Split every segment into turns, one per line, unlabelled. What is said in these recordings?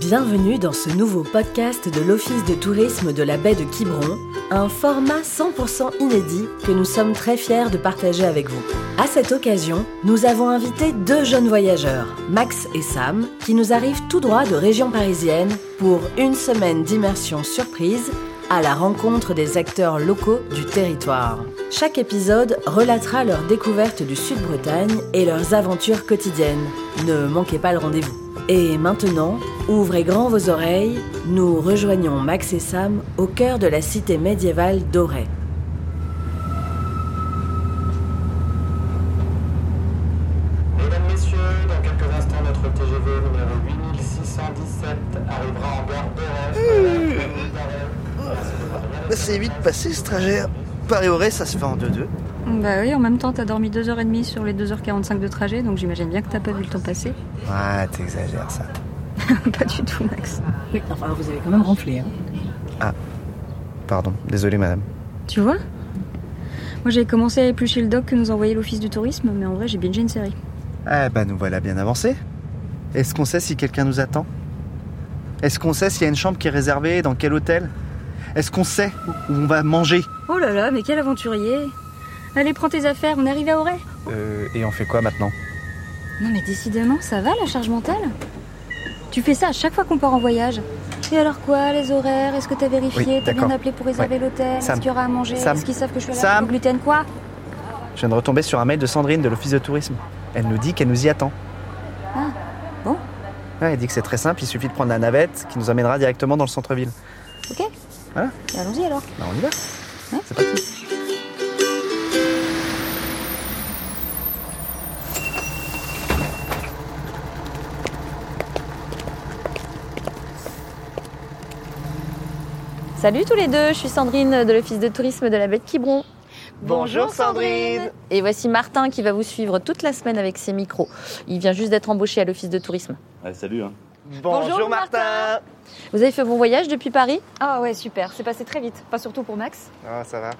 Bienvenue dans ce nouveau podcast de l'Office de tourisme de la baie de Quiberon, un format 100% inédit que nous sommes très fiers de partager avec vous. À cette occasion, nous avons invité deux jeunes voyageurs, Max et Sam, qui nous arrivent tout droit de région parisienne pour une semaine d'immersion surprise à la rencontre des acteurs locaux du territoire. Chaque épisode relatera leur découverte du Sud-Bretagne et leurs aventures quotidiennes. Ne manquez pas le rendez-vous. Et maintenant, ouvrez grand vos oreilles, nous rejoignons Max et Sam au cœur de la cité médiévale d'Auray.
Mesdames, Messieurs, dans quelques instants, notre TGV numéro 8617 arrivera en gare d'Oret.
Bah, c'est vite passé ce trajet. Paris-Auray, ça se fait en 2-2.
Bah oui, en même temps, t'as dormi 2h30 sur les 2h45 de trajet, donc j'imagine bien que t'as pas vu le temps passer.
Ouais, Ah, t'exagères ça.
pas du tout, Max.
Oui, enfin, vous avez quand même ronflé. Hein.
Pardon, désolé madame.
Tu vois Moi, j'ai commencé à éplucher le doc que nous envoyait l'Office du tourisme, mais en vrai, j'ai bingé une série.
Eh bah nous voilà bien avancés. Est-ce qu'on sait si quelqu'un nous attend Est-ce qu'on sait s'il y a une chambre qui est réservée Dans quel hôtel Est-ce qu'on sait où on va manger
Oh là là, mais quel aventurier Allez, prends tes affaires, on arrive à Auray
Euh, et on fait quoi maintenant
Non mais décidément, ça va la charge mentale Tu fais ça à chaque fois qu'on part en voyage. Et alors quoi, les horaires Est-ce que t'as vérifié
Oui,
T'as bien
d'accord.
appelé pour réserver l'hôtel Est-ce
Sam.
qu'il y aura à manger
Sam.
Est-ce qu'ils savent que je suis allergique
Sam.
au gluten Quoi
Je viens de retomber sur un mail de Sandrine de l'office de tourisme. Elle nous dit qu'elle nous y attend.
Ah, bon
Ouais, Elle dit que c'est très simple, il suffit de prendre la navette qui nous amènera directement dans le centre-ville.
Ok
Voilà.
Et Allons-y alors.
Bah on y va.
Hein
c'est parti.
Salut tous les deux, je suis Sandrine de l'Office de tourisme de la baie de Quiberon.
Bonjour, Sandrine.
Et voici Martin qui va vous suivre toute la semaine avec ses micros. Il vient juste d'être embauché à l'Office de tourisme.
Ouais, salut. Hein.
Bonjour, Vous avez fait bon voyage depuis Paris
Ah ouais, super, c'est passé très vite. Pas surtout pour Max.
Ah, ça va.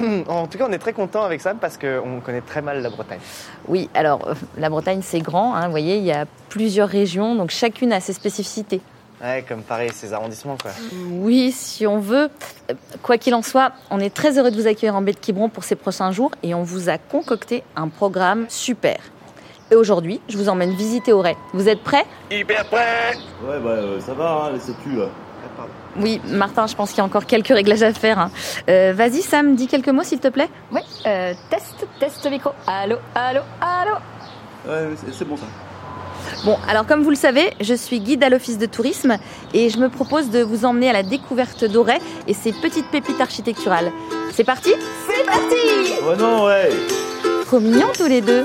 en tout cas, on est très content avec Sam parce qu'on connaît très mal la Bretagne.
Oui, alors euh, la Bretagne c'est grand, hein, vous voyez, il y a plusieurs régions, donc chacune a ses spécificités.
Ouais, comme Paris, ses arrondissements, quoi.
Oui, si on veut. Euh, Quoi qu'il en soit, on est très heureux de vous accueillir en baie de Quiberon pour ces prochains jours et on vous a concocté un programme super. Et aujourd'hui, je vous emmène visiter Auray. Vous êtes prêts
Ouais, bah euh, ça va, hein, laissez-tu là.
Oui, Martin, je pense qu'il y a encore quelques réglages à faire. hein. Euh, Vas-y, Sam, dis quelques mots, s'il te plaît.
Ouais, euh, test, test micro. Allô, allô, allô
Ouais, c'est- c'est bon ça.
Bon, alors comme vous le savez, je suis guide à l'Office de tourisme et je me propose de vous emmener à la découverte d'Auray et ses petites pépites architecturales. C'est parti C'est parti
Ouais, non, ouais.
Trop mignons tous les deux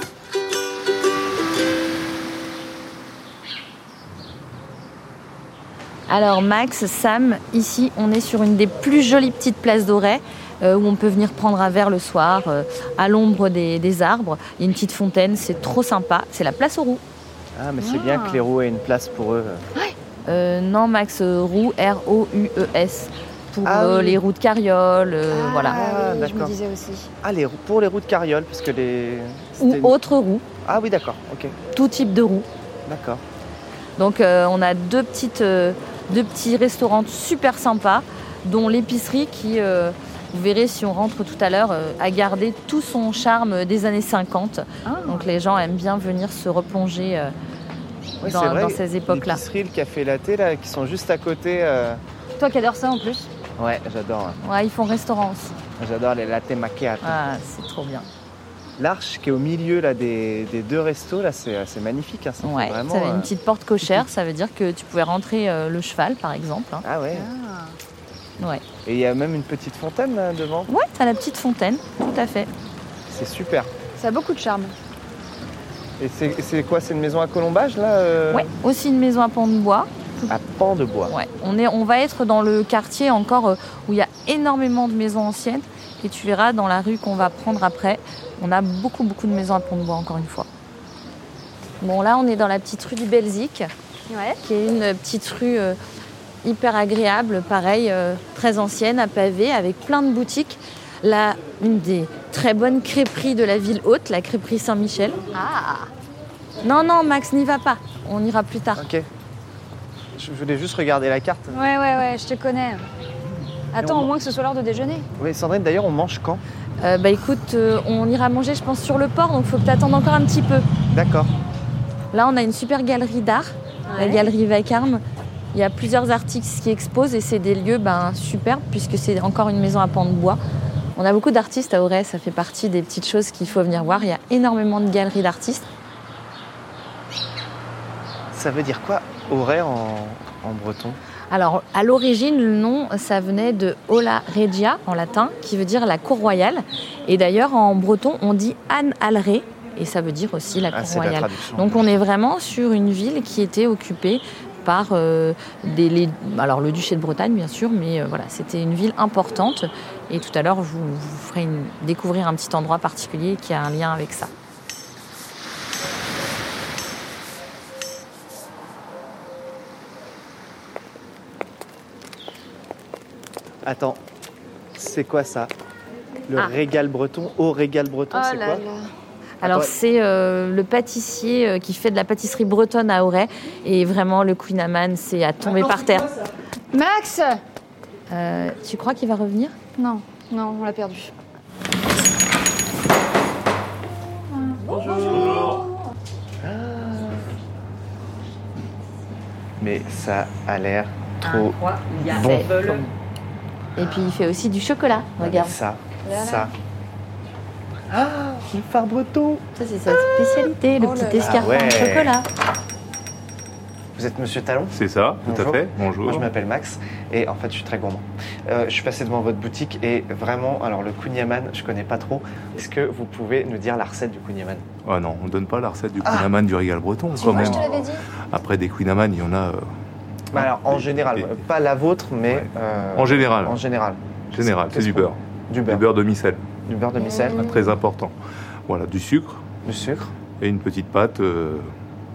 Alors Max, Sam, ici on est sur une des plus jolies petites places d'Auray euh, où on peut venir prendre un verre le soir euh, à l'ombre des, des arbres. Il y a une petite fontaine, c'est trop sympa. C'est la place aux roues.
Ah, mais
c'est bien que les
roues aient une place pour eux.
Euh, non Max, euh, roue, R-O-U-E-S E pour
Ah
euh,
oui.
les roues de carriole, euh, voilà.
Ah,
oui, je me
d'accord.
disais aussi.
Ah, les roues, pour les roues de carriole, parce que les.
Ou
c'était une-
autres roues,
Ah, oui, d'accord, ok,
tout type de roues.
d'accord.
Donc euh, on a deux, petites, euh, deux petits restaurants super sympas, dont l'épicerie qui, euh, vous verrez si on rentre tout à l'heure, euh, a gardé tout son charme des années 50.
Ah.
Donc les gens aiment bien venir se replonger euh,
Ouais, c'est
dans,
vrai,
dans ces époques-là.
L'épicerie, le café latte, là, qui sont juste à côté. euh,
Toi qui adore ça en plus.
Ouais, j'adore. hein.
Ouais, ils font restaurant aussi.
J'adore les latte macchiato.
Ah, c'est trop bien.
L'arche qui est au milieu là, des, des deux restos, là, c'est c'est magnifique. Hein, ça fait
Ouais,
vraiment,
ça avait
euh,
une petite porte cochère, ça veut dire que tu pouvais rentrer euh, le cheval par exemple. hein.
Ah, ouais.
Ah. Ouais.
Et il y a même une petite fontaine là, devant.
Ouais, t'as la petite fontaine, tout à fait.
C'est super.
Ça a beaucoup de charme.
Et c'est c'est quoi C'est une maison à colombage là euh,
Ouais, aussi une maison à pans de bois.
À pan de bois.
Ouais, on, est, on va être dans le quartier encore euh, où il y a énormément de maisons anciennes. Et tu verras dans la rue qu'on va prendre après, on a beaucoup beaucoup de maisons à pont de bois encore une fois. Bon là on est dans la petite rue du Belzic,
Ouais.
qui est une petite rue euh, hyper agréable, pareil, euh, très ancienne, à pavé, avec plein de boutiques. Là, une des très bonnes crêperies de la ville haute, la crêperie Saint-Michel.
Ah
Non, non, Max, n'y va pas. On ira plus tard.
Ok. Je voulais juste regarder la carte.
Ouais, ouais, ouais, je te connais.
Et
Attends,
on-
au moins que ce soit l'heure de déjeuner.
Oui, Sandrine, d'ailleurs, on mange quand
Euh, bah écoute, euh, on ira manger, je pense, sur le port, donc faut que t'attendes encore un petit peu.
D'accord.
Là, on a une super galerie d'art, la galerie Vacarme. Il y a plusieurs artistes qui exposent et c'est des lieux ben, superbes puisque c'est encore une maison à pans de bois. On a beaucoup d'artistes à Auray, ça fait partie des petites choses qu'il faut venir voir. Il y a énormément de galeries d'artistes.
Ça veut dire quoi, horaire en, en breton
Alors, à l'origine, le nom, ça venait de Ola Regia en latin, qui veut dire la cour royale. Et d'ailleurs, en breton, on dit Anne Alré et ça veut dire aussi la cour
Ah, c'est la
royale.
traduction.
Donc on est vraiment sur une ville qui était occupée par euh, des, les- alors le duché de Bretagne bien sûr, mais euh, voilà, c'était une ville importante. Et tout à l'heure, je vous, vous ferai une- découvrir un petit endroit particulier qui a un lien avec ça.
Attends, c'est quoi ça Le
Ah. Oh
régal breton Au régal breton,
Oh
c'est quoi
Alors
Attends.
c'est euh, le pâtissier euh, qui fait de la pâtisserie bretonne à Auray. Et vraiment, le Queen Amman, c'est à tomber par terre.
Max
Euh, tu crois qu'il va revenir
Non, non, on l'a perdu.
Mais ça a l'air trop bon.
bon. Et puis il fait aussi du chocolat, Ah,
Ah,
regarde.
Ça,
Voilà.
ça. Ah, le phare breton
Ça c'est sa spécialité, le
Oh là
petit
là.
escargot
Ah ouais.
au chocolat.
Vous êtes monsieur Talon
C'est ça, tout
Bonjour.
à fait. Bonjour.
Moi, je m'appelle Max et en fait, je suis très gourmand. Euh, je suis passé devant votre boutique et vraiment, alors le kunyaman, je connais pas trop. Est-ce que vous pouvez nous dire la recette du kunyaman
Ah non, on donne pas la recette du
Ah.
Queen Amman du régal breton
Tu
quand
vois, je
même.
te l'avais dit.
Après des Queen Amman, il y en a euh,
Bah, Alors, en
Et-
général,
et-
euh, pas la vôtre, mais
Ouais.
euh,
en général.
en général.
général, c'est
Qu'est-ce
du
qu'on-
beurre.
Du
Du
beurre,
beurre demi-sel,
du beurre demi-sel,
Mm.
très important. Voilà, du sucre
du sucre.
et une petite pâte, euh,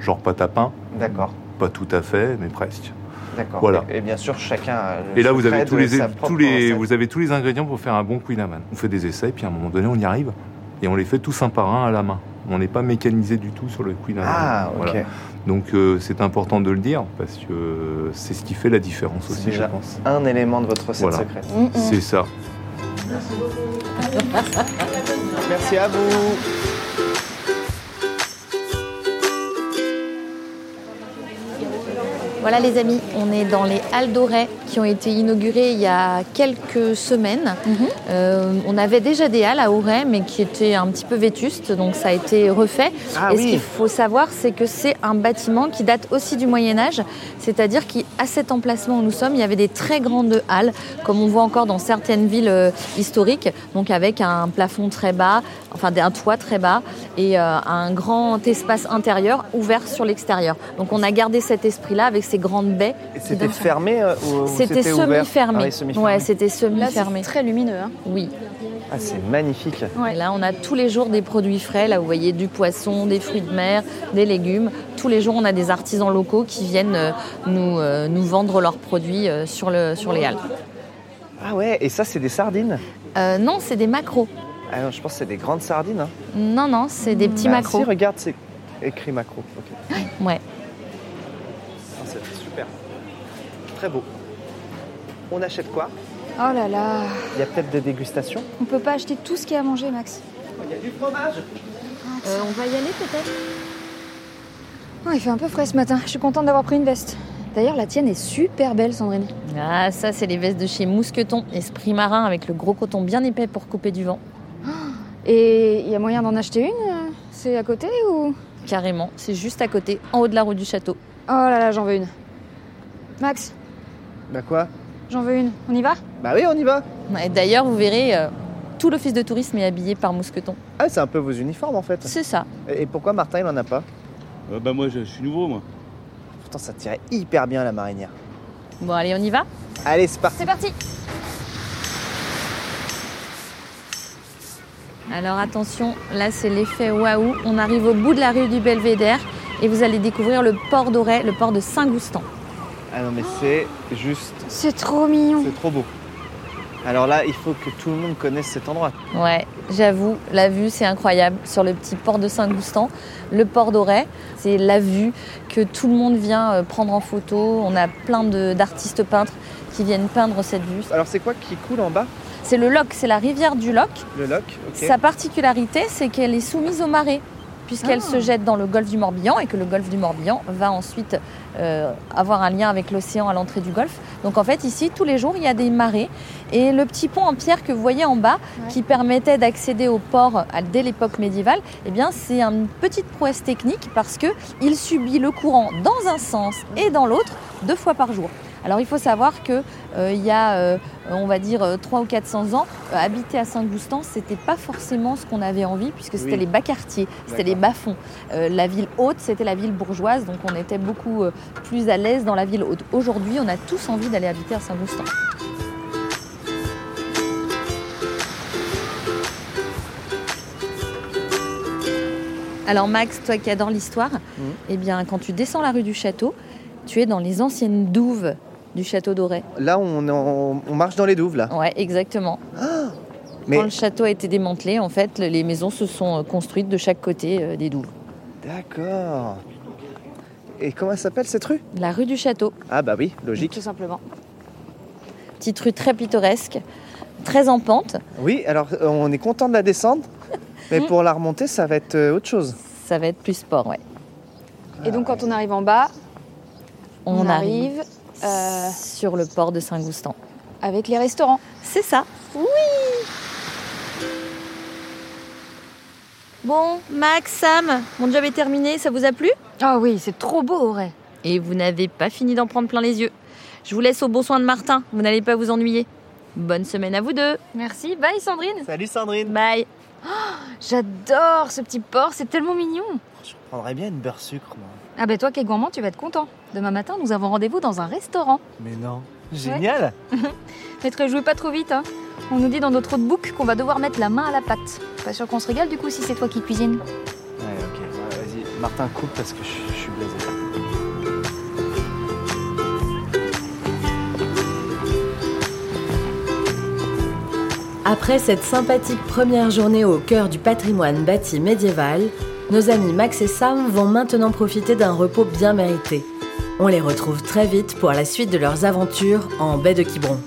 genre pâte à pain.
D'accord,
Pas tout à fait, mais presque.
d'accord.
Voilà.
Et, et bien sûr, chacun. a le
Et là, vous
secret
avez, tous
de
les,
sa propre
tous les,
recette.
vous avez tous les ingrédients pour faire un bon Queen Amman. On fait des essais, puis à un moment donné, on y arrive. Et on les fait tous un par un à la main. On n'est pas mécanisé du tout sur le Queen Amman.
Ah, ok.
Euh, Voilà. Donc euh, c'est important de le dire, parce que euh, c'est ce qui fait la différence
C'est
aussi,
déjà
je pense.
Un élément de votre recette
Voilà.
secrète.
Mm,
C'est ça.
Merci à vous.
Voilà les amis, on est dans les Halles d'Auray qui ont été inaugurées il y a quelques semaines. Euh, on avait déjà des halles à Auray mais qui étaient un petit peu vétustes, donc ça a été refait.
Ah
Et ce
oui.
qu'il faut savoir, c'est que c'est un bâtiment qui date aussi du Moyen Âge, c'est-à-dire qu'à cet emplacement où nous sommes, il y avait des très grandes halles, comme on voit encore dans certaines villes euh, historiques, donc avec un plafond très bas, enfin des- un toit très bas et euh, un grand espace intérieur ouvert sur l'extérieur. Donc on a gardé cet esprit-là avec ces grandes baies.
Et C'était fermé euh, ou ou
C'était
ouvert Ah
semi-fermé.
oui, semi-fermé.
ouais, c'était
Là,
semi-fermé.
c'est très lumineux. Hein.
Oui.
Ah, c'est magnifique.
Ouais.
Et Là, on a tous les jours des produits frais. Là, vous voyez du poisson, des fruits de mer, des légumes. Tous les jours, on a des artisans locaux qui viennent euh, nous, euh, nous vendre leurs produits euh, sur, le, sur les halles.
Ah ouais, et ça, c'est des sardines.
Euh, non, c'est des macros.
Ah non, je pense que c'est des grandes sardines. hein.
Non, non, c'est des petits
Bah,
macros.
Si, regarde, c'est écrit macro. Ok.
Ouais.
Ah, c'est super. Très beau. On achète quoi
Oh là là.
Il y a peut-être des dégustations
On peut pas acheter tout ce qu'il y a à manger, Max.
Il y a du fromage
Euh, on va y aller peut-être
Oh, il fait un peu frais ce matin. Je suis contente d'avoir pris une veste. D'ailleurs, la tienne est super belle, Sandrine.
Ah, ça, c'est les vestes de chez Mousqueton, esprit marin, avec le gros coton bien épais pour couper du vent.
Et il y a moyen d'en acheter une euh C'est à côté ou
Carrément, c'est juste à côté, en haut de la roue du château.
Oh là là, j'en veux une. Max,
Bah quoi
j'en veux une. On y va
Bah oui, on y va.
Et D'ailleurs, vous verrez, euh, tout l'office de tourisme est habillé par Mousqueton.
Ah, c'est un peu vos uniformes en fait.
C'est ça.
Et et pourquoi Martin, il en a pas
bah moi, je, suis nouveau, moi.
Pourtant, ça tirait hyper bien la marinière.
Bon, allez, on y va
Allez, c'est parti.
C'est parti
Alors attention, là c'est l'effet waouh. On arrive au bout de la rue du Belvédère et vous allez découvrir le port d'Auray, le port de Saint-Goustan.
Ah non, mais c'est juste.
C'est trop mignon.
C'est trop beau. Alors là, il faut que tout le monde connaisse cet endroit.
Ouais, j'avoue, la vue c'est incroyable sur le petit port de Saint-Goustan, le port d'Auray. C'est la vue que tout le monde vient euh, prendre en photo. On a plein de- d'artistes peintres qui viennent peindre cette vue.
Alors c'est quoi qui coule en bas
C'est le Loch, c'est la rivière du Loch.
Le loch ok.
Sa particularité c'est qu'elle est soumise aux marées puisqu'elle se jette dans le golfe du Morbihan et que le golfe du Morbihan va ensuite euh, avoir un lien avec l'océan à l'entrée du golfe. Donc en fait ici tous les jours il y a des marées et le petit pont en pierre que vous voyez en bas qui permettait d'accéder au port à- dès l'époque médiévale, eh bien c'est une petite prouesse technique parce que il subit le courant dans un sens et dans l'autre deux fois par jour. Alors il faut savoir que euh, il y a euh, on va dire euh, 3 ou 400 ans, euh, habiter à Saint-Goustan, c'était pas forcément ce qu'on avait envie puisque c'était
Oui.
les bas quartiers, c'était les bas fonds. Euh, la ville haute, c'était la ville bourgeoise, donc on était beaucoup euh, plus à l'aise dans la ville haute. Aujourd'hui, on a tous envie d'aller habiter à Saint-Goustan. Alors Max, toi qui adore l'histoire, eh bien quand tu descends la rue du château, tu es dans les anciennes douves du château d'Auray.
Là, on, est en- on marche dans les douves, là.
Ouais, exactement.
Mais
Quand le château a été démantelé, en fait, le- les maisons se sont euh, construites de chaque côté euh, des douves.
d'accord. Et comment elle s'appelle cette rue
La rue du château,
Ah bah oui, logique.
tout simplement. Petite rue très pittoresque, très en pente.
Oui, alors euh, on est content de la descendre, mais pour la remonter, ça va être euh, autre chose.
Ça va être plus sport, ouais.
Et donc quand on arrive en bas, on, arrive euh,
sur le port de Saint-Goustan.
avec les restaurants.
C'est ça. Oui. Bon, Max, Sam, mon job est terminé. Ça vous a plu
Ah oui, c'est trop beau, Auray.
Et vous n'avez pas fini d'en prendre plein les yeux. Je vous laisse au bon soin de Martin. Vous n'allez pas vous ennuyer. Bonne semaine à vous deux.
Merci, bye Sandrine.
Salut Sandrine
Bye.
J'adore ce petit port, c'est tellement mignon.
Je prendrais bien une beurre sucre, moi.
Ah ben toi qui es gourmand, tu vas être content. Demain matin, nous avons rendez-vous dans un restaurant.
Mais non.
Génial. Mais te jouez pas trop vite, hein. On nous dit dans notre book qu'on va devoir mettre la main à la pâte. Pas sûr qu'on se régale du coup si c'est toi qui cuisine.
Ouais, ok. Ouais, Vas-y, Martin, coupe parce que je je suis blasé.
Après cette sympathique première journée au cœur du patrimoine bâti médiéval, nos amis Max et Sam vont maintenant profiter d'un repos bien mérité. On les retrouve très vite pour la suite de leurs aventures en baie de Quiberon.